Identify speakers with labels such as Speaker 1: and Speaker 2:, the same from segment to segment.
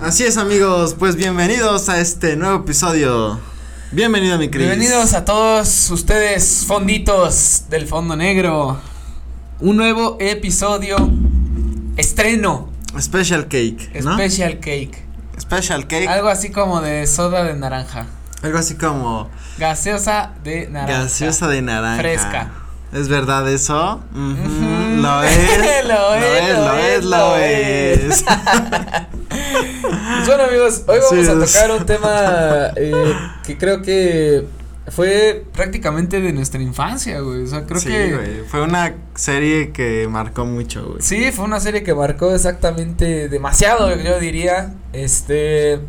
Speaker 1: Así es, amigos, pues bienvenidos a este nuevo episodio. Bienvenido, mi Cris.
Speaker 2: Bienvenidos a todos ustedes, fonditos del Fondo Negro. Un nuevo episodio. Estreno.
Speaker 1: Special Cake, ¿no? Eh.
Speaker 2: Special Cake.
Speaker 1: Special Cake,
Speaker 2: Algo así como de soda de naranja.
Speaker 1: algo así como
Speaker 2: Gaseosa de naranja.
Speaker 1: gaseosa de naranja.
Speaker 2: Fresca.
Speaker 1: ¿Es verdad eso? Ujú,
Speaker 2: Ujú.
Speaker 1: Lo es.
Speaker 2: Lo es,
Speaker 1: lo es, lo es.
Speaker 2: Pues bueno amigos, hoy
Speaker 1: Así
Speaker 2: vamos a
Speaker 1: es.
Speaker 2: tocar un tema eh, que creo que fue prácticamente de nuestra infancia, güey. O sea, creo
Speaker 1: sí,
Speaker 2: que
Speaker 1: güey, Fue una serie que marcó mucho, güey.
Speaker 2: sí, fue una serie que marcó exactamente demasiado, yo diría. Este,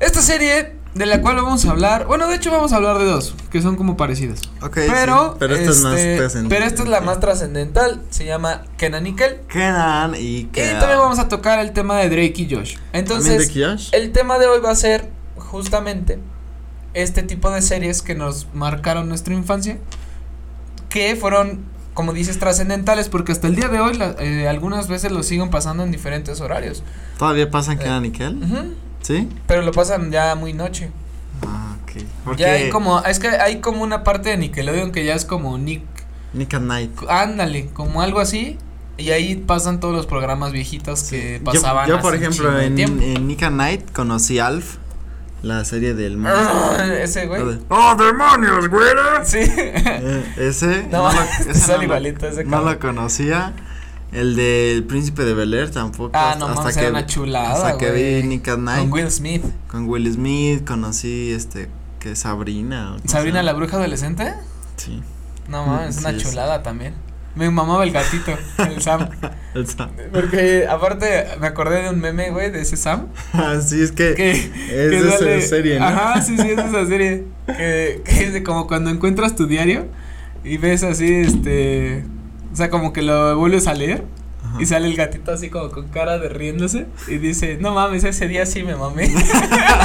Speaker 2: esta serie de la cual vamos a hablar, bueno, de hecho vamos a hablar de dos que son como parecidas.
Speaker 1: Ok,
Speaker 2: Pero,
Speaker 1: sí, pero esta es más
Speaker 2: este,
Speaker 1: trascendente.
Speaker 2: pero esta es la más trascendental. Se llama Kenan y Kel.
Speaker 1: Kenan y
Speaker 2: Y
Speaker 1: Kel.
Speaker 2: también vamos a tocar el tema de Drake y Josh.
Speaker 1: ¿También
Speaker 2: Entonces,
Speaker 1: de Kiyosh?
Speaker 2: El tema de hoy va a ser justamente este tipo de series que nos marcaron nuestra infancia, que fueron, como dices, trascendentales, porque hasta el día de hoy la- eh, algunas veces lo siguen pasando en diferentes horarios.
Speaker 1: ¿Todavía
Speaker 2: eh,
Speaker 1: pasan Kenan y Kel?
Speaker 2: Ujú,
Speaker 1: ¿Sí?
Speaker 2: Pero lo pasan ya muy noche.
Speaker 1: Ah, ok. Porque
Speaker 2: Ya hay como, es que hay como una parte de Nickelodeon que ya es como Nick,
Speaker 1: Nick at Night.
Speaker 2: ándale, como algo así. Y ahí pasan todos los programas viejitos que
Speaker 1: Yo-
Speaker 2: pasaban.
Speaker 1: Yo,
Speaker 2: hace
Speaker 1: por
Speaker 2: un chingo
Speaker 1: ejemplo,
Speaker 2: de
Speaker 1: en,
Speaker 2: tiempo.
Speaker 1: en Nick at Night conocí a Alf, la serie del
Speaker 2: Ese Ah, güey.
Speaker 1: ¡Oh, demonios, güey!
Speaker 2: Sí.
Speaker 1: Eh, ese.
Speaker 2: No,
Speaker 1: ese
Speaker 2: son
Speaker 1: lo-
Speaker 2: igualitos, ese
Speaker 1: No
Speaker 2: cabrón.
Speaker 1: lo conocía. El del Príncipe de Bel Air tampoco.
Speaker 2: Ah,
Speaker 1: hasta-
Speaker 2: no
Speaker 1: hasta
Speaker 2: mames, era una chulada,
Speaker 1: Hasta que
Speaker 2: güey.
Speaker 1: vi Nick at Night.
Speaker 2: Con
Speaker 1: Con Will,
Speaker 2: Will Smith.
Speaker 1: Smith, conocí este. que Sabrina. o cómo se
Speaker 2: ¿Sabrina la
Speaker 1: llama.
Speaker 2: bruja adolescente?
Speaker 1: Sí.
Speaker 2: No mames, es
Speaker 1: Mm, Sí,
Speaker 2: una
Speaker 1: sí.
Speaker 2: chulada también. Me mamaba el gatito, el Sam.
Speaker 1: El Sam.
Speaker 2: Porque aparte me acordé de un meme, güey, de ese Sam.
Speaker 1: Así es que.
Speaker 2: Que,
Speaker 1: es de esa serie, ¿no?
Speaker 2: Ajá, sí, sí, es de esa serie. Que, que es de como cuando encuentras tu diario y ves así, este. O sea, como que lo vuelves a leer
Speaker 1: Ajá.
Speaker 2: y sale el gatito así como con cara de riéndose y dice: No mames, ese día sí me mamé.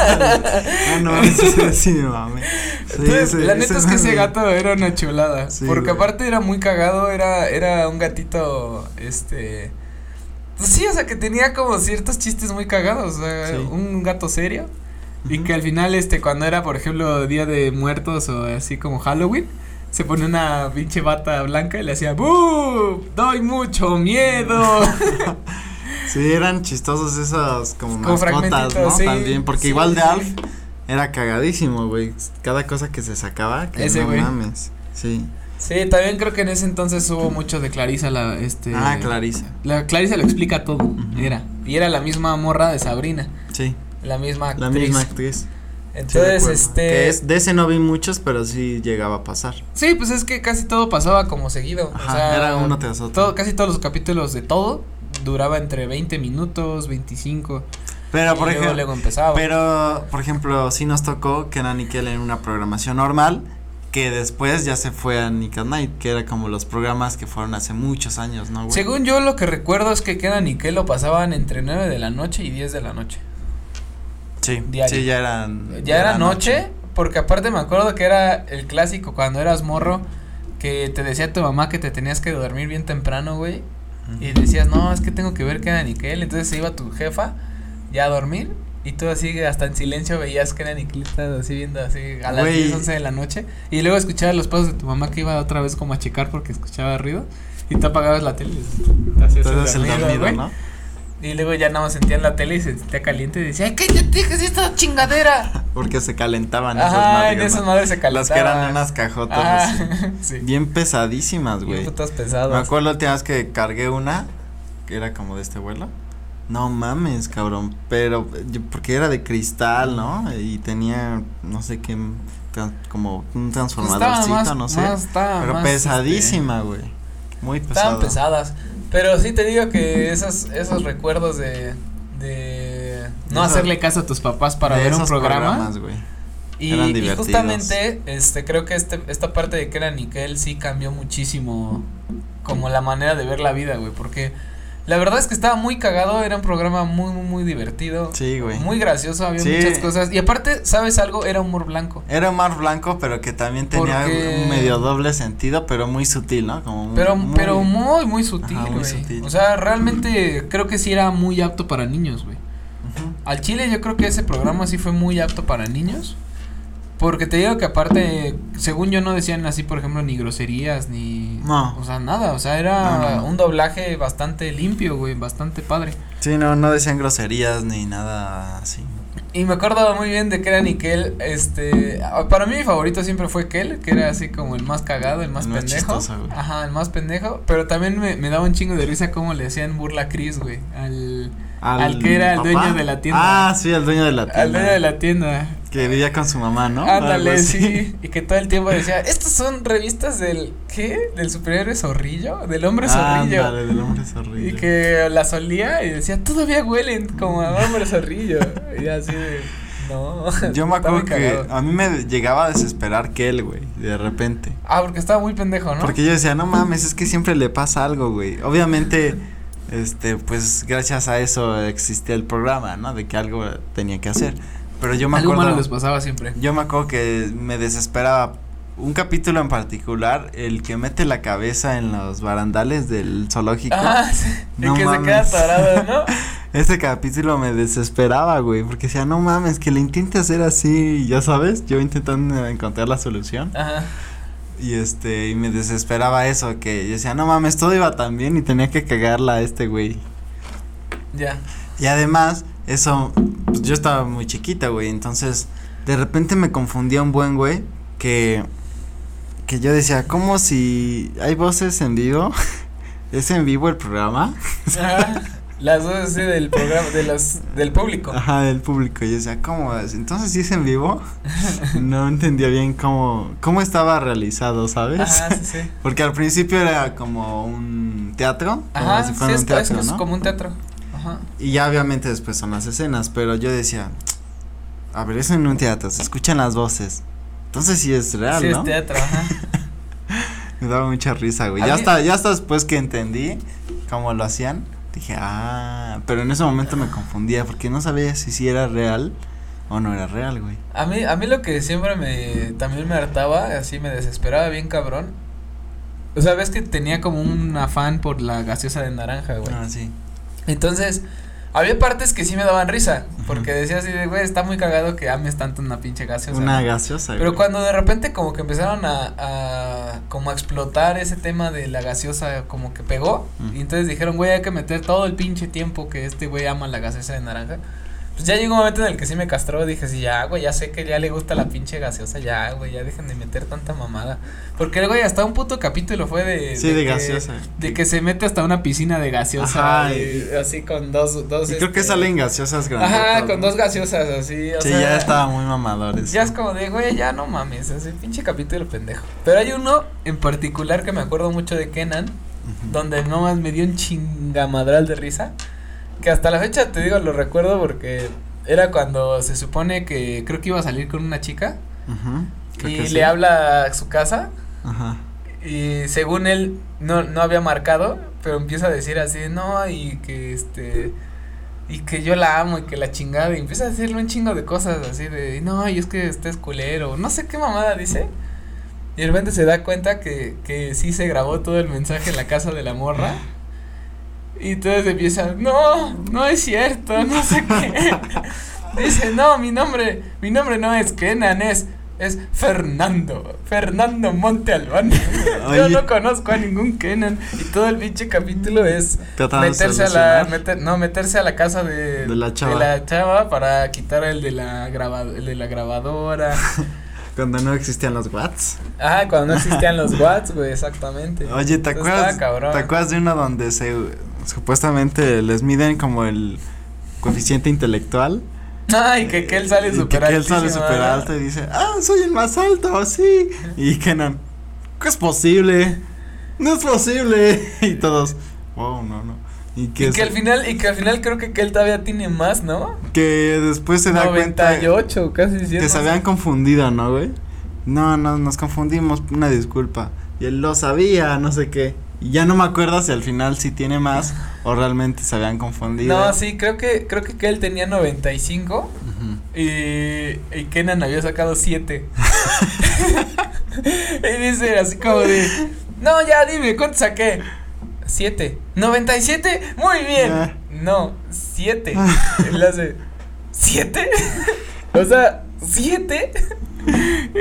Speaker 1: Ah, no, ese sí, sí, mami. Sí,
Speaker 2: Entonces,
Speaker 1: ese-
Speaker 2: Pues, la neta es que ese
Speaker 1: mami.
Speaker 2: gato era una chulada.
Speaker 1: Sí,
Speaker 2: porque
Speaker 1: güey.
Speaker 2: aparte era muy cagado, era, era un gatito, este... pues sí, o sea, que tenía como ciertos chistes muy cagados. o sea,
Speaker 1: Sí.
Speaker 2: Un gato serio. Y
Speaker 1: Ujú.
Speaker 2: que al final, este, cuando era, por ejemplo, Día de Muertos o así como Halloween, se pone una pinche bata blanca y le hacía ¡Buu! ¡Doy mucho miedo!
Speaker 1: Sí, eran chistosos esas como, mascotas,
Speaker 2: Como
Speaker 1: ¿no?
Speaker 2: fragmentitos, sí,
Speaker 1: También, porque
Speaker 2: sí,
Speaker 1: igual de
Speaker 2: sí.
Speaker 1: Alf era cagadísimo, güey. Cada cosa que se sacaba, que
Speaker 2: Ese
Speaker 1: no
Speaker 2: güey.
Speaker 1: mames. Sí.
Speaker 2: sí, también creo que en ese entonces hubo mucho de Clarisa, la, este...
Speaker 1: Ah, Clarisa.
Speaker 2: La Clarisa lo explica todo,
Speaker 1: Ujú.
Speaker 2: era. Y era la misma morra de Sabrina,
Speaker 1: Sí,
Speaker 2: la misma actriz.
Speaker 1: la misma actriz. sí,
Speaker 2: Entonces,
Speaker 1: recuerdo.
Speaker 2: este
Speaker 1: Que es- de ese no vi muchos, pero sí llegaba a pasar.
Speaker 2: Sí, pues es que casi todo pasaba como seguido,
Speaker 1: Ajá,
Speaker 2: o sea,
Speaker 1: era uno tras otro.
Speaker 2: todo- casi todos los capítulos de todo duraba entre 20 minutos, 25.
Speaker 1: Pero,
Speaker 2: y
Speaker 1: por
Speaker 2: luego,
Speaker 1: ejemplo,
Speaker 2: luego empezaba.
Speaker 1: pero, por ejemplo, sí nos tocó que era Nickel en una programación normal, que después ya se fue a Nick at Night, que era como los programas que fueron hace muchos años, ¿no, güey?
Speaker 2: Según yo lo que recuerdo es que Kenan y Kel lo pasaban entre 9 de la noche y 10 de la noche.
Speaker 1: Sí,
Speaker 2: diario.
Speaker 1: sí, ya eran.
Speaker 2: Ya era noche, porque aparte me acuerdo que era el clásico cuando eras morro que te decía tu mamá que te tenías que dormir bien temprano, güey,
Speaker 1: Ujú.
Speaker 2: Y decías, no, es que tengo que ver Kenan y Kel. Entonces se iba tu jefa ya a dormir. Y tú así, hasta en silencio, veías Kenan y Kel estaban así viendo así a las
Speaker 1: Güey.
Speaker 2: 10, 11 de la noche. Y luego escuchabas los pasos de tu mamá que iba otra vez como a checar porque escuchaba ruido. Y tú apagabas la tele. y te hacías
Speaker 1: Entonces el dormido,
Speaker 2: güey.
Speaker 1: ¿no?
Speaker 2: Y luego ya nada más sentías la tele y se sentía caliente. Y decía, ay, ¿qué te dejes esta chingadera?
Speaker 1: Porque se calentaban esas
Speaker 2: Ajá, en
Speaker 1: madres,
Speaker 2: esas
Speaker 1: ¿no?
Speaker 2: madres se calentaban.
Speaker 1: Las que eran unas cajotas así,
Speaker 2: Ajá, sí.
Speaker 1: bien pesadísimas,
Speaker 2: Bien
Speaker 1: güey.
Speaker 2: putas
Speaker 1: Me
Speaker 2: pesadas.
Speaker 1: acuerdo la última vez que cargué una, que era como de este vuelo. No mames, cabrón, pero yo- porque era de cristal, ¿no? Y tenía no sé qué tran- como un
Speaker 2: Pues estaba
Speaker 1: transformadorcito,
Speaker 2: más-
Speaker 1: no sé.
Speaker 2: más- estaba
Speaker 1: pero
Speaker 2: más, este,
Speaker 1: pesadísima, güey. Muy pesada.
Speaker 2: Estaban pesadas. Pero sí te digo que esas, esos recuerdos de. de
Speaker 1: Eso-
Speaker 2: no hacerle caso a tus papás para ver un programa.
Speaker 1: güey.
Speaker 2: Y,
Speaker 1: eran
Speaker 2: y
Speaker 1: divertidos.
Speaker 2: justamente, este, creo que este, esta parte de que era Nickel sí cambió muchísimo como la manera de ver la vida, güey. Porque la verdad es que estaba muy cagado, era un programa muy, muy, muy divertido.
Speaker 1: Sí, güey.
Speaker 2: Muy gracioso, había
Speaker 1: Sí.
Speaker 2: muchas cosas. Y aparte, ¿sabes algo? Era humor blanco.
Speaker 1: Era un mar blanco, pero que también tenía
Speaker 2: Porque-
Speaker 1: un medio doble sentido, pero muy sutil, ¿no? Como muy-
Speaker 2: Pero,
Speaker 1: muy-
Speaker 2: pero muy, muy sutil,
Speaker 1: Ajá, muy
Speaker 2: güey.
Speaker 1: sutil.
Speaker 2: O sea, realmente creo que sí era muy apto para niños, güey.
Speaker 1: Ujú.
Speaker 2: Al Chile yo creo que ese programa sí fue muy apto para niños. Porque te digo que aparte, según yo no decían así, por ejemplo, ni groserías, ni...
Speaker 1: No.
Speaker 2: O sea, nada, o sea, era
Speaker 1: No, no, no.
Speaker 2: un doblaje bastante limpio, güey, bastante padre.
Speaker 1: Sí, no, no decían groserías ni nada así.
Speaker 2: Y me acuerdo muy bien de que era Nickel, este, a- para mí mi favorito siempre fue Kel, que era así como el más cagado, el más
Speaker 1: El más
Speaker 2: pendejo.
Speaker 1: chistoso, güey.
Speaker 2: Ajá, el más pendejo, pero también me, me daba un chingo de risa cómo le hacían burla a Chris, güey, al, Al que era el
Speaker 1: papá.
Speaker 2: dueño de la tienda.
Speaker 1: Ah, sí, el dueño de la tienda.
Speaker 2: al dueño de la tienda.
Speaker 1: Que vivía con su mamá, ¿no? Algo
Speaker 2: Ándale,
Speaker 1: así.
Speaker 2: sí, y que todo el tiempo decía, estas son revistas del, ¿qué? Del superhéroe zorrillo, del hombre zorrillo.
Speaker 1: Ándale, del hombre zorrillo.
Speaker 2: Y que la solía y decía, todavía huelen como a hombre zorrillo. Y así de, no.
Speaker 1: Yo me
Speaker 2: está muy
Speaker 1: acuerdo que
Speaker 2: cagado.
Speaker 1: a mí me llegaba a desesperar que él, güey, de repente.
Speaker 2: Ah, porque estaba muy pendejo, ¿no?
Speaker 1: Porque yo decía, no mames, es que siempre le pasa algo, güey. Obviamente, este, pues gracias a eso existía el programa, ¿no? De que algo tenía que hacer. Pero yo me
Speaker 2: Algo
Speaker 1: acuerdo.
Speaker 2: malo les pasaba siempre.
Speaker 1: Yo me acuerdo que me desesperaba un capítulo en particular, el que mete la cabeza en los barandales del zoológico.
Speaker 2: Ah, sí.
Speaker 1: No
Speaker 2: y que se
Speaker 1: mames.
Speaker 2: queda atorado, ¿no?
Speaker 1: Ese capítulo me desesperaba, güey, porque decía, no mames, que le intente hacer así, ya sabes, yo intentando encontrar la solución.
Speaker 2: Ajá.
Speaker 1: Y este, y me desesperaba eso, que yo decía, no mames, todo iba tan bien y tenía que cagarla a este güey.
Speaker 2: Ya.
Speaker 1: Y además, eso, pues, yo estaba muy chiquita, güey, entonces de repente me confundía un buen güey que, que yo decía, ¿cómo si hay voces en vivo? ¿Es en vivo el programa?
Speaker 2: Ajá. Las dos así del programa, de las, del público.
Speaker 1: Ajá, del público. Yo decía, ¿cómo es? Entonces sí es en vivo. No entendía bien cómo, cómo estaba realizado, ¿sabes?
Speaker 2: Ajá, sí, sí.
Speaker 1: Porque al principio era como un teatro. como
Speaker 2: Ajá,
Speaker 1: si
Speaker 2: sí,
Speaker 1: fuera un
Speaker 2: es,
Speaker 1: teatro,
Speaker 2: es
Speaker 1: ¿no?
Speaker 2: como un teatro. Ajá.
Speaker 1: Y ya obviamente después son las escenas, pero yo decía, a ver, es en un teatro, se escuchan las voces. Entonces sí es real,
Speaker 2: sí,
Speaker 1: ¿no?
Speaker 2: es teatro, ajá.
Speaker 1: Me daba mucha risa, güey.
Speaker 2: A
Speaker 1: Ya
Speaker 2: mí-
Speaker 1: hasta, ya hasta después que entendí cómo lo hacían, dije, ah, pero en ese momento me confundía porque no sabía si sí era real o no era real, güey.
Speaker 2: A mí, a mí lo que siempre me, también me hartaba, así me desesperaba bien cabrón. O sea, ves que tenía como un afán por la gaseosa de naranja, güey.
Speaker 1: Ah, sí.
Speaker 2: Entonces, había partes que sí me daban risa, porque
Speaker 1: Ujú.
Speaker 2: decía así de, güey, está muy cagado que ames tanto una pinche gaseosa.
Speaker 1: Una
Speaker 2: ¿no?".
Speaker 1: gaseosa,
Speaker 2: Pero
Speaker 1: güey.
Speaker 2: cuando de repente como que empezaron a, a como a explotar ese tema de la gaseosa como que pegó
Speaker 1: Mm.
Speaker 2: y entonces dijeron, güey, hay que meter todo el pinche tiempo que este güey ama la gaseosa de naranja. Pues ya llegó un momento en el que sí me castró, dije, sí, ya, güey, ya sé que ya le gusta la pinche gaseosa, ya, güey, ya dejen de meter tanta mamada. Porque el güey hasta un puto capítulo fue de...
Speaker 1: Sí, de,
Speaker 2: que-
Speaker 1: gaseosa.
Speaker 2: De que se mete hasta una piscina de gaseosa.
Speaker 1: Ajá,
Speaker 2: y
Speaker 1: y-
Speaker 2: así con dos, dos.
Speaker 1: Y creo que
Speaker 2: este,
Speaker 1: salen gaseosas grandes.
Speaker 2: Ajá, con dos gaseosas así. O
Speaker 1: Sí,
Speaker 2: sea,
Speaker 1: ya estaba muy mamadores.
Speaker 2: Ya es como de, güey, ya no mames, ese pinche capítulo pendejo. Pero hay uno en particular que me acuerdo mucho de Kenan,
Speaker 1: Ujú.
Speaker 2: donde nomás me dio un chingamadral de risa. Que hasta la fecha te digo, lo recuerdo porque era cuando se supone que creo que iba a salir con una chica
Speaker 1: Ujú, creo
Speaker 2: y
Speaker 1: que
Speaker 2: le
Speaker 1: sí.
Speaker 2: habla a su casa
Speaker 1: Ajá.
Speaker 2: y según él no, no había marcado, pero empieza a decir así, no, y que este y que yo la amo y que la chingada y empieza a decirle un chingo de cosas así de, no, y es que este es culero, no sé qué mamada dice. Y de repente se da cuenta que, que sí se grabó todo el mensaje en la casa de la morra. Y entonces empieza, no, no es cierto, no sé qué. Dice, no, mi nombre, mi nombre no es Kenan, es, es Fernando, Fernando Monte Albán. Yo
Speaker 1: Oye.
Speaker 2: no conozco a ningún Kenan. Y todo el pinche capítulo es
Speaker 1: Tratando de
Speaker 2: meterse a la,
Speaker 1: solucionar.
Speaker 2: meter- no, meterse a la casa de,
Speaker 1: De la chava.
Speaker 2: chava para quitar el de la, graba- el de la grabadora.
Speaker 1: Cuando no existían los watts.
Speaker 2: Ah, cuando no existían los Watts, güey, exactamente.
Speaker 1: Oye, ¿te
Speaker 2: Entonces,
Speaker 1: acuerdas?
Speaker 2: estaba cabrón.
Speaker 1: ¿Te acuerdas de una donde se supuestamente les miden como el coeficiente intelectual?
Speaker 2: Ay, que Kel sale
Speaker 1: Y
Speaker 2: súper
Speaker 1: que
Speaker 2: alto.
Speaker 1: Él sale súper alto y dice, "Ah, soy el más alto, sí." Y Kenan, "¿Qué es posible? No es posible." Y todos, "Wow, no, no." Y que
Speaker 2: Y que
Speaker 1: se-
Speaker 2: al final, y que al final creo que Kel todavía tiene más, ¿no?
Speaker 1: que después se da cuenta
Speaker 2: 98, casi 100.
Speaker 1: que se habían confundido, ¿no, güey? No, no, nos confundimos, una disculpa. Y él lo sabía, no sé qué. Y ya no me acuerdo si al final sí tiene más o realmente se habían confundido.
Speaker 2: No, sí, creo que, creo que Kel tenía 95
Speaker 1: Ujú.
Speaker 2: y, y Kenan había sacado 7. y dice así como de, no, ya dime, ¿cuánto saqué? 7. ¿97? Muy bien.
Speaker 1: Ah.
Speaker 2: No, 7. Él hace, ¿Siete? o sea, ¿siete?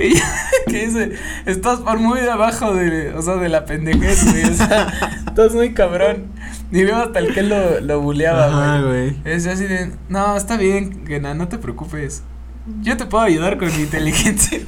Speaker 2: que dice, estás por muy abajo de, o sea, de la pendejez, güey, o sea, estás muy cabrón. Y veo hasta el que lo, lo buleaba,
Speaker 1: Ajá,
Speaker 2: güey.
Speaker 1: güey.
Speaker 2: Es así de, no, está bien, Gena, no te preocupes. Yo te puedo ayudar con mi inteligencia.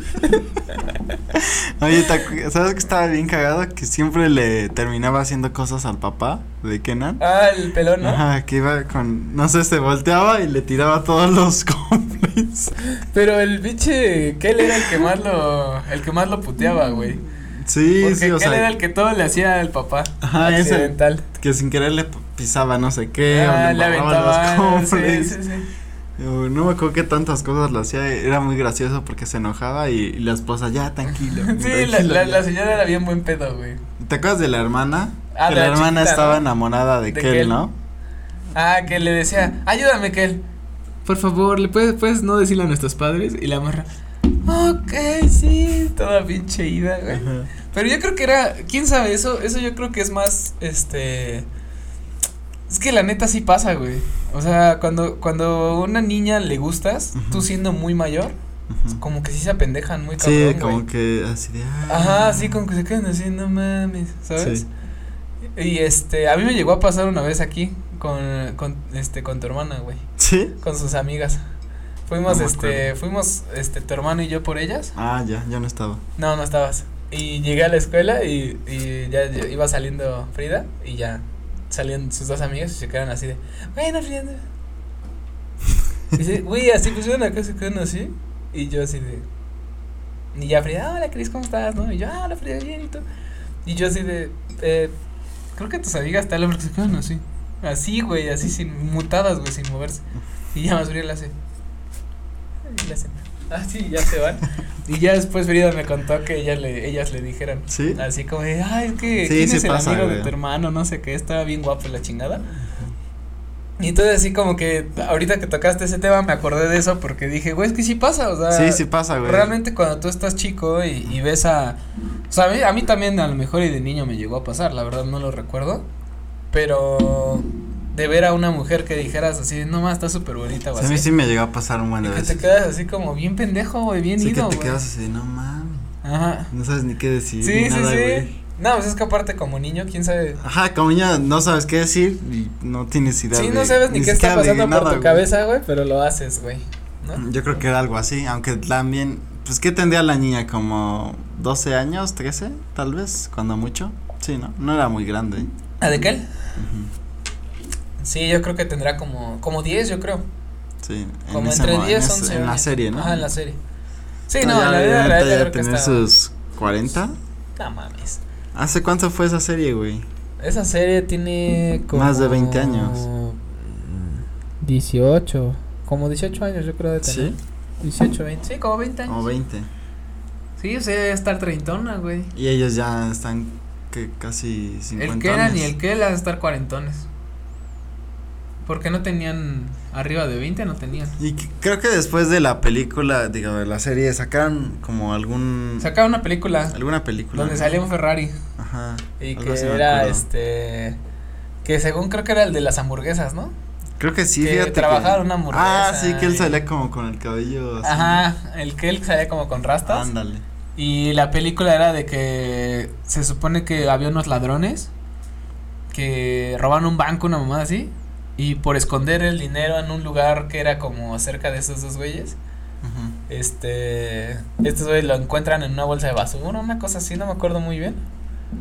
Speaker 1: Oye, ¿te acu- ¿sabes que estaba bien cagado? Que siempre le terminaba haciendo cosas al papá de Kenan.
Speaker 2: Ah, el pelón, ¿no?
Speaker 1: Ajá, que iba con, no sé, se volteaba y le tiraba todos los complis.
Speaker 2: Pero el biche, que él era el que más lo, el que más lo puteaba, güey.
Speaker 1: Sí,
Speaker 2: Porque
Speaker 1: sí, o
Speaker 2: él
Speaker 1: sea,
Speaker 2: era el que todo le hacía al papá.
Speaker 1: Ajá, ese.
Speaker 2: accidental.
Speaker 1: que sin querer le p- pisaba no sé qué,
Speaker 2: Ah,
Speaker 1: o
Speaker 2: le
Speaker 1: le
Speaker 2: aventaba.
Speaker 1: embarraba los
Speaker 2: sí,
Speaker 1: complis.
Speaker 2: sí, sí.
Speaker 1: O No me acuerdo que tantas cosas lo hacía, era muy gracioso porque se enojaba y, y la esposa, ya, tranquilo.
Speaker 2: Sí, la,
Speaker 1: tranquilo,
Speaker 2: la-
Speaker 1: ya".
Speaker 2: la señora era bien buen pedo, güey.
Speaker 1: ¿Te acuerdas de la hermana?
Speaker 2: Ah,
Speaker 1: que
Speaker 2: de
Speaker 1: la,
Speaker 2: la
Speaker 1: hermana
Speaker 2: chiquita,
Speaker 1: estaba
Speaker 2: ¿no?
Speaker 1: enamorada de,
Speaker 2: De
Speaker 1: Kel,
Speaker 2: Kel.
Speaker 1: ¿no?
Speaker 2: Ah, que le decía, ayúdame, que él. Por favor, ¿le puedes, puedes no decirle a nuestros padres? Y la morra, ok, sí, toda pinche ida, güey.
Speaker 1: Ajá.
Speaker 2: Pero yo creo que era, quién sabe, eso, eso yo creo que es más, este, es que la neta sí pasa, güey. O sea, cuando, cuando una niña le gustas, tú
Speaker 1: Ujú.
Speaker 2: siendo muy mayor,
Speaker 1: Ujú.
Speaker 2: como que sí se apendejan muy cabrón,
Speaker 1: Sí,
Speaker 2: güey.
Speaker 1: como que así de. "Ah".
Speaker 2: Ajá, sí, como que se quedan así, no mames, ¿sabes?
Speaker 1: Sí.
Speaker 2: Y este, a mí me llegó a pasar una vez aquí con, con este, con tu hermana, güey,
Speaker 1: ¿Sí?
Speaker 2: con sus amigas. Fuimos,
Speaker 1: No me
Speaker 2: este,
Speaker 1: acuerdo.
Speaker 2: fuimos, este, tu hermano y yo por ellas.
Speaker 1: Ah, ya, ya no estaba.
Speaker 2: No, no estabas. Y llegué a la escuela y, y ya ll- iba saliendo Frida y ya salían sus dos amigas y se quedaron así de, bueno, Frida. anda". Y dice, güey, así pusieron acá, se quedaron así. Y yo así de, y ya Frida, hola Cris, ¿cómo estás? ¿No? Y yo, ah, hola Frida, bien, ¿y tú? Y yo así de, eh, creo que tus amigas tal, porque se quedaron así. Así, güey, así, sin mutadas, güey, sin moverse. Y ya más Frida le hace, y le hace, ah, sí, ya se van. Y ya después Frida me contó que ella le, ellas le dijeron.
Speaker 1: ¿Sí?
Speaker 2: Así como de, ay, es que
Speaker 1: Sí,
Speaker 2: ¿quién
Speaker 1: sí
Speaker 2: es el
Speaker 1: pasa,
Speaker 2: amigo de
Speaker 1: güey.
Speaker 2: tu hermano? No sé qué, estaba bien guapo la chingada. Y entonces así como que ahorita que tocaste ese tema me acordé de eso porque dije, güey, es que sí pasa, o sea.
Speaker 1: Sí, sí pasa, güey.
Speaker 2: Realmente cuando tú estás chico y, y ves a... O sea, a mí, a mí también a lo mejor y de niño me llegó a pasar, la verdad no lo recuerdo. Pero de ver a una mujer que dijeras así, no más, está súper bonita o
Speaker 1: Sí, a mí
Speaker 2: así,
Speaker 1: sí me llegó a pasar un buen
Speaker 2: Y
Speaker 1: de
Speaker 2: que te
Speaker 1: veces.
Speaker 2: quedas así como bien pendejo, güey, bien
Speaker 1: Sí, que
Speaker 2: ido,
Speaker 1: te
Speaker 2: güey.
Speaker 1: quedas así, no mames.
Speaker 2: Ajá.
Speaker 1: No sabes ni qué decir.
Speaker 2: Sí,
Speaker 1: ni
Speaker 2: sí,
Speaker 1: nada,
Speaker 2: sí.
Speaker 1: güey.
Speaker 2: No, pues es que aparte como niño, quién sabe.
Speaker 1: Ajá, como ya no sabes qué decir y no tienes idea.
Speaker 2: Sí,
Speaker 1: de-
Speaker 2: no sabes ni, qué
Speaker 1: siquiera
Speaker 2: está
Speaker 1: de
Speaker 2: pasando
Speaker 1: nada,
Speaker 2: por tu
Speaker 1: güey.
Speaker 2: cabeza, güey, pero lo haces, güey. ¿no?
Speaker 1: Yo creo que era algo así, aunque también, pues, ¿qué tendría la niña? ¿Como 12 años, 13, tal vez, cuando mucho? Sí, ¿no? No era muy grande.
Speaker 2: ¿A de qué?
Speaker 1: Ujú.
Speaker 2: Sí, yo creo que tendrá como como 10, yo creo.
Speaker 1: Sí, en
Speaker 2: Como
Speaker 1: ese
Speaker 2: entre
Speaker 1: mo- en
Speaker 2: 10,
Speaker 1: ese-
Speaker 2: 11.
Speaker 1: En la
Speaker 2: años.
Speaker 1: serie, ¿no?
Speaker 2: Ajá, en la serie. Sí,
Speaker 1: Ah,
Speaker 2: no,
Speaker 1: ya
Speaker 2: en la
Speaker 1: debe-
Speaker 2: vida
Speaker 1: ahorita
Speaker 2: real yo
Speaker 1: debe
Speaker 2: creo que
Speaker 1: tener
Speaker 2: está.
Speaker 1: sus 40.
Speaker 2: No mames.
Speaker 1: ¿Hace cuánto fue esa serie, güey?
Speaker 2: Esa serie tiene como
Speaker 1: Más de 20 años.
Speaker 2: 18, como 18 años yo creo de tener.
Speaker 1: Sí,
Speaker 2: 18, 20. Sí, como 20 años.
Speaker 1: o 20.
Speaker 2: Sí, o sea, debe estar treintona, güey.
Speaker 1: Y ellos ya están que casi 50.
Speaker 2: El que eran y el que las estar cuarentones. Porque no tenían arriba de 20, no tenían.
Speaker 1: Y que- creo que después de la película, digo, de la serie, sacaron como algún.
Speaker 2: Sacaron una película
Speaker 1: alguna Mm. película.
Speaker 2: donde
Speaker 1: ¿no?
Speaker 2: salía un Ferrari
Speaker 1: Ajá.
Speaker 2: y
Speaker 1: algo
Speaker 2: que
Speaker 1: así me
Speaker 2: era
Speaker 1: acuerdo.
Speaker 2: este que según creo que era el de las hamburguesas, ¿no?
Speaker 1: Creo que sí,
Speaker 2: que
Speaker 1: fíjate.
Speaker 2: trabajaba una hamburguesa
Speaker 1: Ah, sí, que él
Speaker 2: y-
Speaker 1: salía como con el cabello así.
Speaker 2: Ajá, el que él salía como con rastas
Speaker 1: Ándale.
Speaker 2: y la película era de que se supone que había unos ladrones que roban un banco, una mamada así y por esconder el dinero en un lugar que era como cerca de esos dos güeyes
Speaker 1: Ujú.
Speaker 2: Este. Estos güeyes lo encuentran en una bolsa de basura, una cosa así, no me acuerdo muy bien.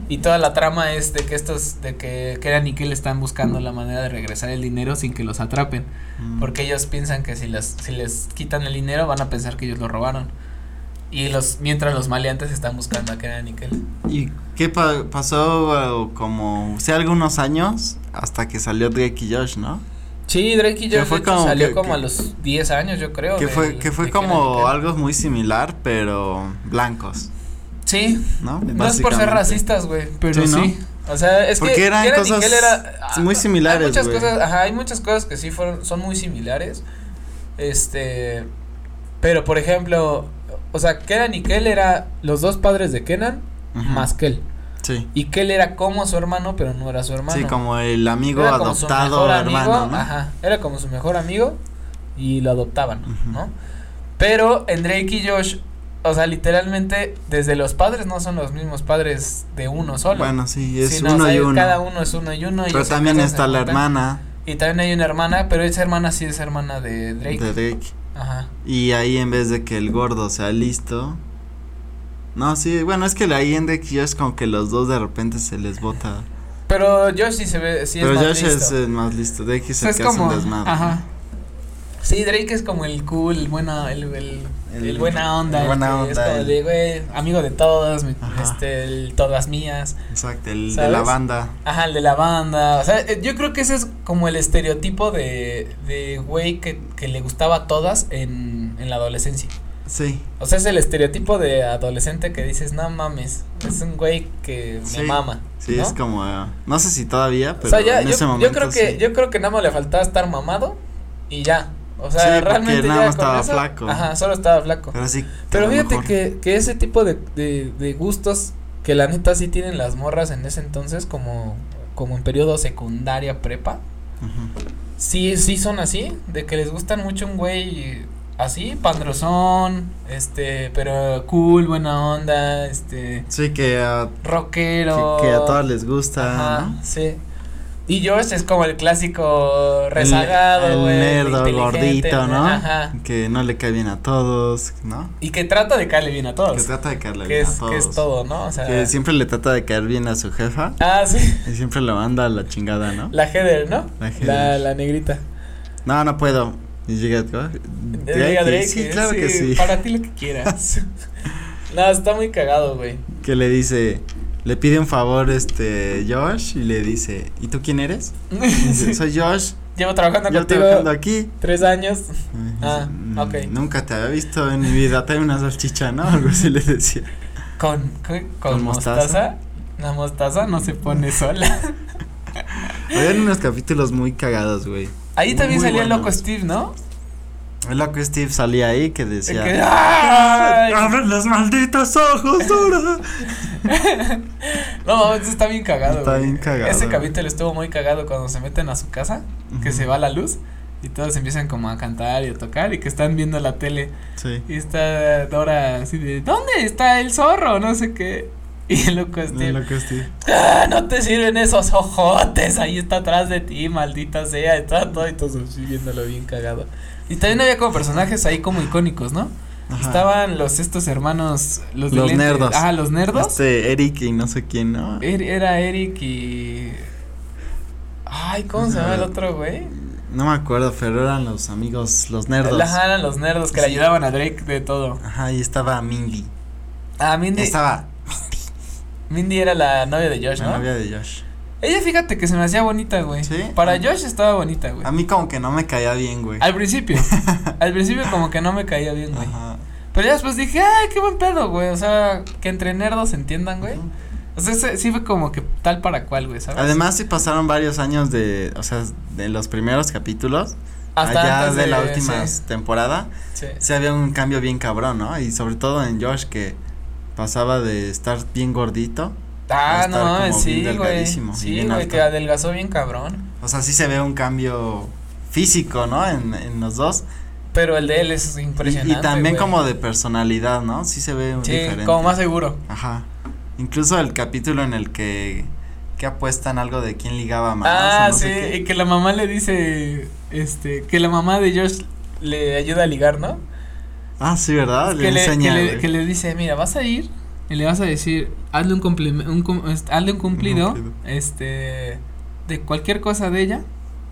Speaker 2: Y toda la trama es de que estos, de que Keran y Kel están buscando la manera de regresar el dinero sin que los atrapen.
Speaker 1: Mm.
Speaker 2: Porque ellos piensan que si, las, si les quitan el dinero van a pensar que ellos lo robaron. Y los, mientras los maleantes están buscando a Keran y Kel.
Speaker 1: ¿Y qué pa- pasó eh, como, o sea, algunos años hasta que salió Drake y Josh, no?
Speaker 2: Sí, Drake y
Speaker 1: Que
Speaker 2: yo
Speaker 1: fue como
Speaker 2: salió
Speaker 1: que-
Speaker 2: como
Speaker 1: que-
Speaker 2: a los 10 años, yo creo.
Speaker 1: que
Speaker 2: del-
Speaker 1: fue, que fue
Speaker 2: de Kenan y
Speaker 1: como
Speaker 2: Kel.
Speaker 1: algo muy similar, pero blancos,
Speaker 2: Sí,
Speaker 1: ¿no?
Speaker 2: No es por ser
Speaker 1: Básicamente.
Speaker 2: racistas, güey, pero sí,
Speaker 1: Sí, ¿no?
Speaker 2: O sea, es que
Speaker 1: Porque eran
Speaker 2: Keira
Speaker 1: cosas
Speaker 2: Nickel era- ah,
Speaker 1: muy similares,
Speaker 2: Hay muchas
Speaker 1: güey.
Speaker 2: cosas, ajá, hay muchas cosas que sí fueron son muy similares. Este, pero por ejemplo, o sea, Kenan y Kel era los dos padres de Kenan
Speaker 1: Ujú.
Speaker 2: más Kel.
Speaker 1: Sí.
Speaker 2: Y Kel era como su hermano, pero no era su hermano.
Speaker 1: Sí, como el amigo
Speaker 2: Era como su
Speaker 1: adoptado
Speaker 2: mejor
Speaker 1: hermano,
Speaker 2: amigo,
Speaker 1: ¿no?
Speaker 2: Ajá, era como su mejor amigo, y lo adoptaban,
Speaker 1: Ujú.
Speaker 2: ¿no? Pero en Drake y Josh, o sea, literalmente desde los padres no son los mismos padres de uno solo.
Speaker 1: Bueno, sí, es
Speaker 2: sino, o
Speaker 1: uno
Speaker 2: sea,
Speaker 1: y uno.
Speaker 2: Cada uno es uno y uno.
Speaker 1: Pero
Speaker 2: ellos se
Speaker 1: también
Speaker 2: casan, se
Speaker 1: está la
Speaker 2: juntan.
Speaker 1: hermana
Speaker 2: Y también hay una hermana, pero esa hermana sí es hermana de Drake.
Speaker 1: de Drake.
Speaker 2: Ajá.
Speaker 1: Y ahí en vez de que el gordo sea listo. No, sí, bueno, es que la ahí en Drake y Josh como que los dos de repente se les bota.
Speaker 2: Pero Josh sí se ve, sí
Speaker 1: Pero
Speaker 2: es más
Speaker 1: Josh
Speaker 2: listo.
Speaker 1: es el más listo. Drake
Speaker 2: O
Speaker 1: es
Speaker 2: sea,
Speaker 1: el
Speaker 2: es
Speaker 1: que hace
Speaker 2: como,
Speaker 1: un desmadre.
Speaker 2: ajá. Sí, Drake es como el cool, el buena, el, el,
Speaker 1: El-
Speaker 2: el buena onda.
Speaker 1: el
Speaker 2: el
Speaker 1: buena
Speaker 2: que Es
Speaker 1: onda,
Speaker 2: como
Speaker 1: el-
Speaker 2: de, güey, amigo de todas, mi-
Speaker 1: Ajá.
Speaker 2: este, el todas mías.
Speaker 1: Exacto, el de
Speaker 2: ¿Sabes?
Speaker 1: la banda.
Speaker 2: Ajá, el de la banda. O sea, eh, yo creo que ese es como el estereotipo de, de güey que, que le gustaba a todas en, en la adolescencia.
Speaker 1: Sí.
Speaker 2: O sea, es el estereotipo de adolescente que dices, no mames, es un güey que
Speaker 1: Sí,
Speaker 2: me mama.
Speaker 1: Sí,
Speaker 2: ¿no?
Speaker 1: es como. eh, no sé si todavía, pero
Speaker 2: o sea, ya,
Speaker 1: en
Speaker 2: yo,
Speaker 1: ese
Speaker 2: yo
Speaker 1: momento.
Speaker 2: creo que,
Speaker 1: sí.
Speaker 2: yo creo que nada más le faltaba estar mamado y ya. O sea,
Speaker 1: Sí, porque
Speaker 2: realmente
Speaker 1: nada
Speaker 2: ya
Speaker 1: más
Speaker 2: con
Speaker 1: estaba
Speaker 2: eso-
Speaker 1: flaco.
Speaker 2: Ajá, solo estaba flaco.
Speaker 1: Pero sí. a
Speaker 2: Pero
Speaker 1: lo
Speaker 2: fíjate
Speaker 1: mejor.
Speaker 2: que, que ese tipo de, de, de gustos que la neta sí tienen las morras en ese entonces, como, como en periodo secundaria, prepa,
Speaker 1: Ujú.
Speaker 2: sí, sí son así, de que les gustan mucho un güey así, pandrosón, este, pero cool, buena onda, este,
Speaker 1: Sí, que ah, a,
Speaker 2: rockero.
Speaker 1: que, que a todos les gusta.
Speaker 2: Ajá,
Speaker 1: ¿no?
Speaker 2: sí. Y George es como el clásico rezagado,
Speaker 1: El,
Speaker 2: güey.
Speaker 1: el nerdo,
Speaker 2: inteligente,
Speaker 1: gordito, ¿no?
Speaker 2: Ajá.
Speaker 1: Que no le cae bien a todos, ¿no?
Speaker 2: Y que trata de caerle bien a todos.
Speaker 1: Que trata de caerle
Speaker 2: Pues,
Speaker 1: bien
Speaker 2: que es,
Speaker 1: a todos.
Speaker 2: que es todo, ¿no? O sea.
Speaker 1: Que siempre le trata de caer bien a su jefa
Speaker 2: Ah, sí.
Speaker 1: y siempre lo manda a la chingada, ¿no?
Speaker 2: La Heather, ¿no?
Speaker 1: La Heather.
Speaker 2: La, la negrita.
Speaker 1: No, no puedo. Y llega ¿no?
Speaker 2: Diga Drake,
Speaker 1: sí,
Speaker 2: eh,
Speaker 1: claro que sí.
Speaker 2: Para ti lo que quieras. no, está muy cagado, güey.
Speaker 1: Que le dice, le pide un favor este Josh y le dice, ¿y tú quién eres? Y dice, Soy Josh,
Speaker 2: Llevo trabajando
Speaker 1: yo
Speaker 2: contigo
Speaker 1: trabajando aquí.
Speaker 2: tres años.
Speaker 1: Y dice,
Speaker 2: Ah,
Speaker 1: "Mm,
Speaker 2: ok.
Speaker 1: Nunca te había visto en mi vida, trae una salchicha, ¿no? Algo así le decía.
Speaker 2: Con, con,
Speaker 1: Con
Speaker 2: con
Speaker 1: mostaza.
Speaker 2: mostaza. La mostaza no se pone sola.
Speaker 1: Habían unos capítulos muy cagados, güey.
Speaker 2: Ahí
Speaker 1: Muy,
Speaker 2: también
Speaker 1: muy
Speaker 2: salía el
Speaker 1: buenos.
Speaker 2: loco Steve, ¿no?
Speaker 1: El loco Steve salía ahí que decía...
Speaker 2: Que- ¡Ay!
Speaker 1: ¡Abren los malditos ojos, duro!
Speaker 2: No, eso está bien cagado.
Speaker 1: Está
Speaker 2: güey.
Speaker 1: bien cagado.
Speaker 2: Ese capítulo estuvo muy cagado cuando se meten a su casa, que se va la luz y todos empiezan como a cantar y a tocar y que están viendo la tele
Speaker 1: Sí.
Speaker 2: y está Dora así de ¿dónde está el zorro? No sé qué. Y el loco Steve,
Speaker 1: El loco Steve.
Speaker 2: "Ah, no te sirven esos ojotes, ahí está atrás de ti, maldita sea, está todo y todos así viéndolo bien cagado. Y también había como personajes ahí como icónicos, ¿no?
Speaker 1: Ajá.
Speaker 2: Estaban los estos hermanos, los, de
Speaker 1: Los
Speaker 2: lentes.
Speaker 1: nerdos.
Speaker 2: Ah, los nerdos.
Speaker 1: Este, Eric y no sé quién, ¿no?
Speaker 2: Er- Era Eric y. Ay, ¿cómo se llama el otro, güey?
Speaker 1: No me acuerdo, pero eran los amigos, los nerdos.
Speaker 2: Ajá, eran los nerdos que le
Speaker 1: Sí.
Speaker 2: ayudaban a Drake de todo.
Speaker 1: Ajá, y estaba Mindy.
Speaker 2: Ah, Mindy.
Speaker 1: Estaba
Speaker 2: Mindy era la novia de Josh,
Speaker 1: la
Speaker 2: ¿no?
Speaker 1: novia de Josh.
Speaker 2: Ella, fíjate que se me hacía bonita, güey.
Speaker 1: ¿Sí? Ah.
Speaker 2: Para Josh estaba bonita, güey.
Speaker 1: A mí como que no me caía bien, güey.
Speaker 2: Al principio. al principio, como que no me caía bien, güey.
Speaker 1: Ajá.
Speaker 2: Pero ya después dije, ay, qué buen pedo, güey. O sea, que entre nerdos se entiendan, güey.
Speaker 1: Ujú.
Speaker 2: O sea, ese- sí fue como que tal para cual, güey, ¿sabes?
Speaker 1: Además, sí pasaron varios años de, o sea, de los primeros capítulos,
Speaker 2: Hasta
Speaker 1: allá
Speaker 2: antes
Speaker 1: de, la última
Speaker 2: Ah, sí,
Speaker 1: temporada,
Speaker 2: sí.
Speaker 1: sí había un cambio bien cabrón, ¿no? Y sobre todo en Josh, que pasaba de estar bien gordito,
Speaker 2: Ah,
Speaker 1: estar
Speaker 2: no mames,
Speaker 1: como bien
Speaker 2: sí, güey.
Speaker 1: delgadísimo y
Speaker 2: Sí,
Speaker 1: bien
Speaker 2: güey,
Speaker 1: alto.
Speaker 2: que adelgazó bien cabrón.
Speaker 1: o sea, sí se ve un cambio físico, ¿no? En, en los dos.
Speaker 2: Pero el de él es
Speaker 1: Y,
Speaker 2: impresionante.
Speaker 1: y también
Speaker 2: güey.
Speaker 1: como de personalidad, ¿no? Sí se ve un
Speaker 2: Sí,
Speaker 1: diferente.
Speaker 2: como más seguro.
Speaker 1: Ajá. Incluso el capítulo en el que, que apuestan algo de quién ligaba más.
Speaker 2: ah,
Speaker 1: o no
Speaker 2: sí,
Speaker 1: sé qué.
Speaker 2: y que la mamá le dice. Este, que la mamá de Josh le ayuda a ligar, ¿no?
Speaker 1: Ah, sí, ¿verdad?
Speaker 2: que,
Speaker 1: Le
Speaker 2: le,
Speaker 1: enseña.
Speaker 2: que le-
Speaker 1: güey.
Speaker 2: que le dice, mira, vas a ir y le vas a decir, hazle un, cumplime- un cum- este, hazle un cumplido,
Speaker 1: cumplido.
Speaker 2: este, de cualquier cosa de ella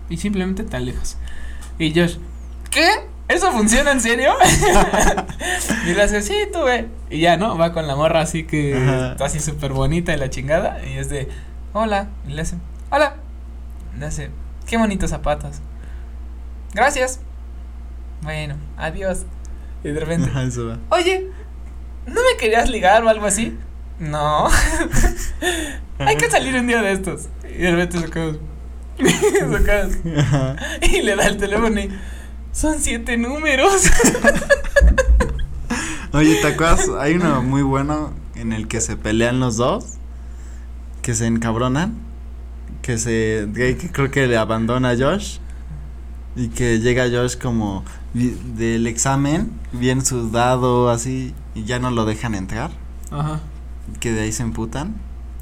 Speaker 2: y simplemente te alejas. Y Josh, ¿qué? ¿Eso funciona en serio? y le hace, sí, tú ve. Y ya, ¿no? Va con la morra así que
Speaker 1: Ajá.
Speaker 2: está así súper bonita y la chingada. Y es de, hola. Y le hace, hola. Le hace, qué bonitos zapatos. Gracias. Bueno, adiós. Y de repente,
Speaker 1: Ajá, eso va.
Speaker 2: Oye, ¿no me querías ligar o algo así? No. Hay que salir un día de estos. Y de repente sacamos. sacamos.
Speaker 1: Ajá.
Speaker 2: Y le da el teléfono y. Son siete números.
Speaker 1: Oye, ¿te acuerdas? Hay uno muy bueno en el que se pelean los dos, que se encabronan, que se. Drake creo que le abandona a Josh. Y que llega Josh como vi- del examen, bien sudado, así, y ya no lo dejan entrar.
Speaker 2: Ajá.
Speaker 1: Que de ahí se emputan.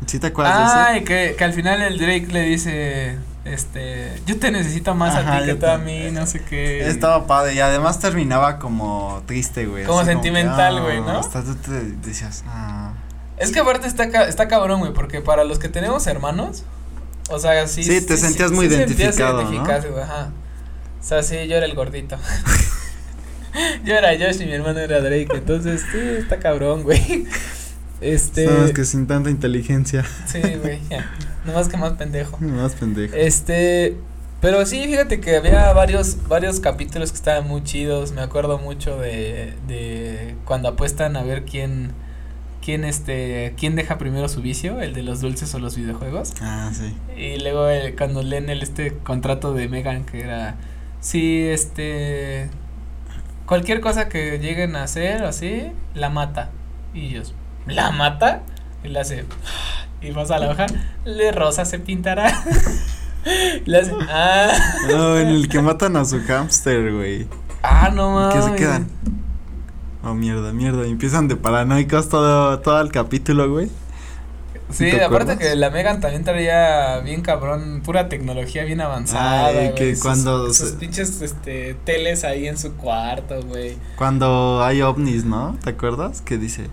Speaker 1: ¿Sí te acuerdas de eso?
Speaker 2: Ah, y que, que al final el Drake le dice, este, yo te necesito más
Speaker 1: Ajá,
Speaker 2: a ti que
Speaker 1: yo
Speaker 2: tú a
Speaker 1: te-
Speaker 2: mí, no sé qué.
Speaker 1: Estaba padre y además terminaba como triste, güey.
Speaker 2: Como
Speaker 1: así
Speaker 2: sentimental,
Speaker 1: ah,
Speaker 2: güey, ¿no?
Speaker 1: Hasta tú te decías, ah.
Speaker 2: Es que aparte está, ca- está cabrón, güey, porque para los que tenemos hermanos, o sea, sí.
Speaker 1: Sí, te sentías muy identificado, ¿no?
Speaker 2: identificado, güey, ajá. O sea, sí, yo era el gordito. yo era Josh y mi hermano era Drake, entonces, sí, está cabrón, güey. Este.
Speaker 1: Sabes que sin tanta inteligencia,
Speaker 2: Sí, güey, ya. Nomás que más pendejo.
Speaker 1: más pendejo.
Speaker 2: Este, pero sí, fíjate que había varios, varios capítulos que estaban muy chidos. Me acuerdo mucho de, de cuando apuestan a ver quién, quién este, quién deja primero su vicio, el de los dulces o los videojuegos.
Speaker 1: Ah, sí.
Speaker 2: Y luego el- cuando leen el este contrato de Megan que era, sí, este, cualquier cosa que lleguen a hacer o así, la mata. Y ellos, ¿la mata? Y le hace, "Ah", y pasa la hoja, le rosa se pintará. le hace, ah,
Speaker 1: No, en el que matan a su hámster, güey.
Speaker 2: ah, no
Speaker 1: Que
Speaker 2: mames.
Speaker 1: se quedan. Oh, mierda, mierda. y Empiezan de paranoicos todo, todo el capítulo, güey.
Speaker 2: Sí,
Speaker 1: ¿Te
Speaker 2: aparte
Speaker 1: acuerdas?
Speaker 2: que la Megan también traía bien cabrón, pura tecnología bien avanzada.
Speaker 1: Ay,
Speaker 2: güey,
Speaker 1: que
Speaker 2: sus-
Speaker 1: cuando
Speaker 2: Sus
Speaker 1: se-
Speaker 2: pinches este, teles ahí en su cuarto, güey.
Speaker 1: Cuando hay ovnis, ¿no? ¿Te acuerdas? Que dice.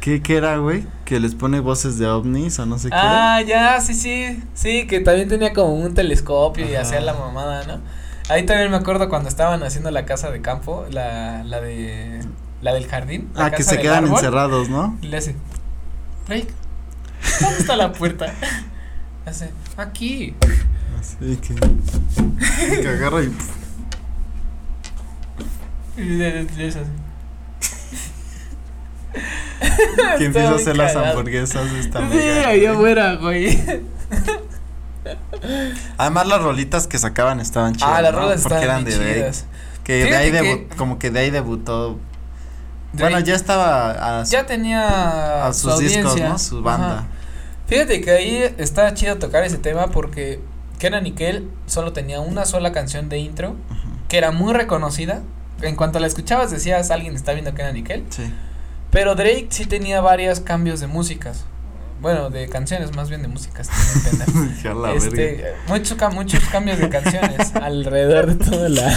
Speaker 1: ¿Qué, qué era, güey? Que les pone voces de ovnis o no sé
Speaker 2: Ah, ya, sí, sí, sí, que también tenía como un telescopio y
Speaker 1: Ajá.
Speaker 2: hacía la mamada, ¿no? Ahí también me acuerdo cuando estaban haciendo la casa de campo, la, la de, la del jardín.
Speaker 1: qué.
Speaker 2: la
Speaker 1: Ah, que
Speaker 2: casa
Speaker 1: se
Speaker 2: del
Speaker 1: quedan
Speaker 2: árbol,
Speaker 1: encerrados, ¿no?
Speaker 2: Y le hace, Drake, ¿dónde está la puerta? Hace, aquí.
Speaker 1: Así que. que agarra y. pf,
Speaker 2: Y le, le hace así.
Speaker 1: que
Speaker 2: Está
Speaker 1: empieza a
Speaker 2: muy
Speaker 1: hacer las
Speaker 2: cagado.
Speaker 1: hamburguesas de esta
Speaker 2: Sí,
Speaker 1: amiga,
Speaker 2: ahí
Speaker 1: güey.
Speaker 2: afuera, güey.
Speaker 1: Además, las rolitas que sacaban estaban chidas.
Speaker 2: Ah, las
Speaker 1: ¿no?
Speaker 2: rolas
Speaker 1: Porque
Speaker 2: estaban
Speaker 1: eran
Speaker 2: bien
Speaker 1: de Drake.
Speaker 2: chidas.
Speaker 1: Que de
Speaker 2: Fíjate
Speaker 1: ahí
Speaker 2: que-
Speaker 1: debu- como que de ahí debutó. Bueno,
Speaker 2: Drake
Speaker 1: ya estaba a,
Speaker 2: ya tenía
Speaker 1: a
Speaker 2: su
Speaker 1: sus discos,
Speaker 2: audiencia.
Speaker 1: ¿no? Su
Speaker 2: Ajá.
Speaker 1: banda.
Speaker 2: Fíjate que ahí está chido tocar ese tema porque Kera Nickel solo tenía una sola canción de intro
Speaker 1: Ujú.
Speaker 2: que era muy reconocida. En cuanto la escuchabas decías, alguien está viendo Kera Nickel.
Speaker 1: Sí.
Speaker 2: Pero Drake sí tenía varios cambios de músicas. Bueno, de canciones, más bien de músicas. tengo que entender.
Speaker 1: Ya la verga.
Speaker 2: Este, muchos, ca- muchos cambios de canciones alrededor de toda la...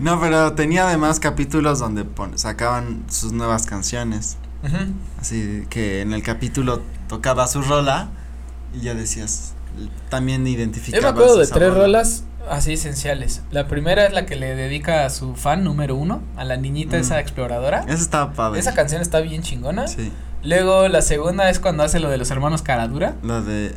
Speaker 1: No, pero tenía además capítulos donde pon- sacaban sus nuevas canciones.
Speaker 2: Ujú.
Speaker 1: Así que en el capítulo tocaba su rola y ya decías, también
Speaker 2: Yo
Speaker 1: identificabas.
Speaker 2: me acuerdo de
Speaker 1: esa
Speaker 2: tres
Speaker 1: rola.
Speaker 2: rolas así esenciales. La primera es la que le dedica a su fan número uno, a la niñita
Speaker 1: Mm.
Speaker 2: esa exploradora.
Speaker 1: Esa estaba padre.
Speaker 2: Esa canción está bien chingona.
Speaker 1: Sí,
Speaker 2: Luego la segunda es cuando hace lo de los hermanos Caradura,
Speaker 1: la de.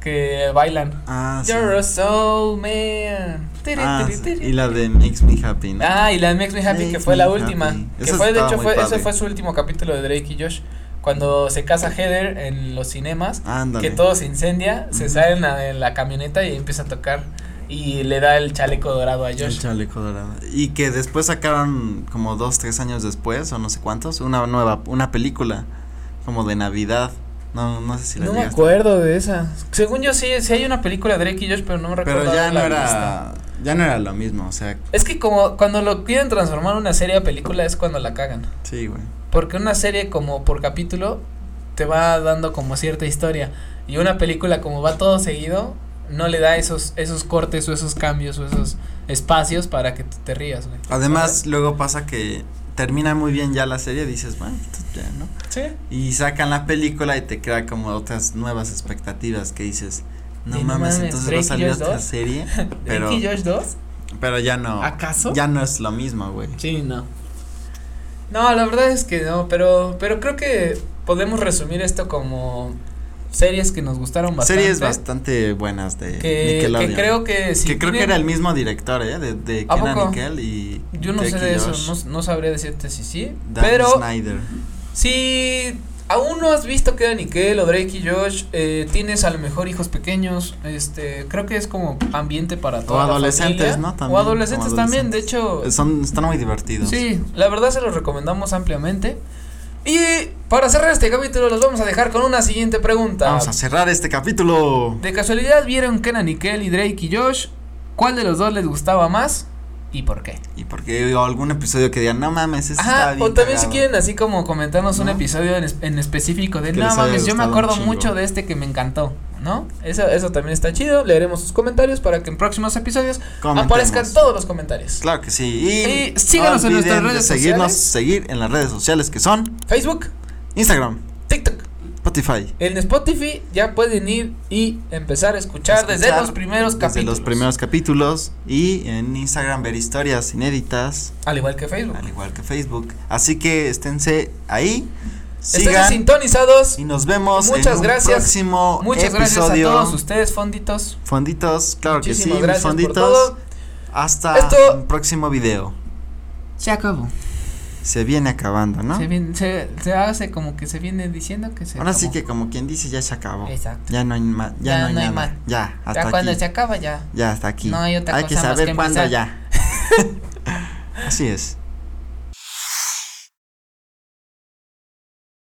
Speaker 2: que bailan.
Speaker 1: Ah, sí.
Speaker 2: You're a soul man. Tiri,
Speaker 1: Ah,
Speaker 2: tiri,
Speaker 1: sí,
Speaker 2: tiri.
Speaker 1: Y la de Makes Me Happy, ¿no?
Speaker 2: Ah, y la de Makes Me Happy, que
Speaker 1: Makes
Speaker 2: fue la
Speaker 1: Me
Speaker 2: última.
Speaker 1: Happy.
Speaker 2: Que
Speaker 1: Esa
Speaker 2: fue, de
Speaker 1: estaba
Speaker 2: hecho,
Speaker 1: muy
Speaker 2: fue, ese
Speaker 1: padre.
Speaker 2: fue su último capítulo de Drake y Josh. Cuando se casa Heather en los cinemas,
Speaker 1: Ándale.
Speaker 2: que todo se incendia, se
Speaker 1: Ujú.
Speaker 2: salen a- de la camioneta y empieza a tocar. Y le da el chaleco dorado a
Speaker 1: El
Speaker 2: Josh.
Speaker 1: chaleco dorado. Y que después sacaron como dos, tres años después, o no sé cuántos, una nueva, una película, como de Navidad. No, no sé si la
Speaker 2: no me
Speaker 1: llegaste.
Speaker 2: acuerdo de esa. Según yo, sí, sí hay una película de Drake y Josh, pero no me recuerdo.
Speaker 1: Pero ya no
Speaker 2: la lista.
Speaker 1: era, ya no era lo mismo, o sea,
Speaker 2: Es que como cuando lo quieren transformar en una serie a película es cuando la cagan.
Speaker 1: sí, güey.
Speaker 2: Porque una serie como por capítulo te va dando como cierta historia. Y una película como va todo seguido, no le da esos, esos cortes o esos cambios o esos espacios para que tú te rías, güey.
Speaker 1: Además, luego pasa que termina muy bien ya la serie, dices, bueno, pues ya, ¿no?
Speaker 2: Sí.
Speaker 1: Y sacan la película y te crea como otras nuevas expectativas que dices, no
Speaker 2: Y no
Speaker 1: mames,
Speaker 2: mames,
Speaker 1: entonces va
Speaker 2: Drake
Speaker 1: a
Speaker 2: y
Speaker 1: salir
Speaker 2: Josh
Speaker 1: otra
Speaker 2: dos".
Speaker 1: serie, pero,
Speaker 2: Drake y Josh 2?
Speaker 1: pero ya no,
Speaker 2: ¿Acaso?
Speaker 1: ya no es lo mismo, güey.
Speaker 2: Sí, no. No, la verdad es que no, pero, pero creo que podemos resumir esto como series que nos gustaron bastante.
Speaker 1: Series bastante buenas de
Speaker 2: que,
Speaker 1: Nickelodeon.
Speaker 2: que creo que sí.
Speaker 1: que creo que era el mismo director, ¿eh? De, de
Speaker 2: ¿A
Speaker 1: Kenan
Speaker 2: poco?
Speaker 1: Nickel y.
Speaker 2: Yo no sé
Speaker 1: Drake y
Speaker 2: de eso,
Speaker 1: Josh,
Speaker 2: no, no sabría decirte si sí,
Speaker 1: Dan
Speaker 2: pero
Speaker 1: Snyder.
Speaker 2: Si aún no has visto que Nickel o Drake y Josh, eh, tienes a lo mejor hijos pequeños, este, creo que es como ambiente para toda la
Speaker 1: adolescentes,
Speaker 2: familia.
Speaker 1: ¿no?
Speaker 2: o
Speaker 1: También,
Speaker 2: adolescentes
Speaker 1: como
Speaker 2: también, de
Speaker 1: adolescentes.
Speaker 2: hecho.
Speaker 1: Son, están muy divertidos.
Speaker 2: Sí, la verdad se los recomendamos ampliamente. Y para cerrar este capítulo los vamos a dejar con una siguiente pregunta.
Speaker 1: Vamos a cerrar este capítulo.
Speaker 2: ¿De casualidad vieron Kenan Nickel y Drake y Josh? ¿Cuál de los dos les gustaba más y por qué?
Speaker 1: Y porque o algún episodio que digan, no mames, ese
Speaker 2: Ajá,
Speaker 1: está bien
Speaker 2: o también si
Speaker 1: cagado".
Speaker 2: quieren así como comentarnos un
Speaker 1: ¿No?
Speaker 2: episodio en, es- en específico de
Speaker 1: Que
Speaker 2: no
Speaker 1: les haya
Speaker 2: mames, yo me
Speaker 1: gustado un
Speaker 2: acuerdo
Speaker 1: chingo".
Speaker 2: mucho de este que me encantó, ¿no? Eso, eso también está chido, leeremos sus comentarios para que en próximos episodios
Speaker 1: Comentemos.
Speaker 2: aparezcan todos los comentarios.
Speaker 1: Claro que sí. Y,
Speaker 2: Y síganos en
Speaker 1: olviden
Speaker 2: nuestras
Speaker 1: de
Speaker 2: redes
Speaker 1: seguirnos,
Speaker 2: sociales.
Speaker 1: seguir en las redes sociales que son
Speaker 2: Facebook,
Speaker 1: Instagram,
Speaker 2: TikTok,
Speaker 1: Spotify.
Speaker 2: en Spotify ya pueden ir y empezar a escuchar, desde
Speaker 1: Escuchar
Speaker 2: los primeros capítulos.
Speaker 1: Desde los primeros capítulos y en Instagram ver historias inéditas,
Speaker 2: Al igual que Facebook.
Speaker 1: al igual que Facebook. Así que esténse ahí,
Speaker 2: Estén
Speaker 1: sigan
Speaker 2: sintonizados.
Speaker 1: y nos vemos en
Speaker 2: Muchas
Speaker 1: un
Speaker 2: gracias.
Speaker 1: próximo
Speaker 2: Muchas gracias a
Speaker 1: episodio.
Speaker 2: todos ustedes, fonditos.
Speaker 1: Fonditos, claro que
Speaker 2: Muchísimas
Speaker 1: sí, mis
Speaker 2: gracias por
Speaker 1: fonditos.
Speaker 2: todo.
Speaker 1: Hasta
Speaker 2: Esto-
Speaker 1: un próximo video.
Speaker 2: Se acabó.
Speaker 1: Se viene acabando, ¿no?
Speaker 2: Se, viene- se, se hace como que se viene diciendo que se
Speaker 1: Ahora sí
Speaker 2: acabó.
Speaker 1: que como quien dice ya se acabó.
Speaker 2: Exacto.
Speaker 1: Ya no hay más, ya, no hay, nada.
Speaker 2: más.
Speaker 1: Ya, hasta
Speaker 2: Ya cuando
Speaker 1: aquí.
Speaker 2: se acaba ya.
Speaker 1: Ya hasta aquí.
Speaker 2: No hay otra
Speaker 1: Hay que
Speaker 2: cosa más
Speaker 1: saber
Speaker 2: que
Speaker 1: cuándo
Speaker 2: empezar.
Speaker 1: ya. Así es.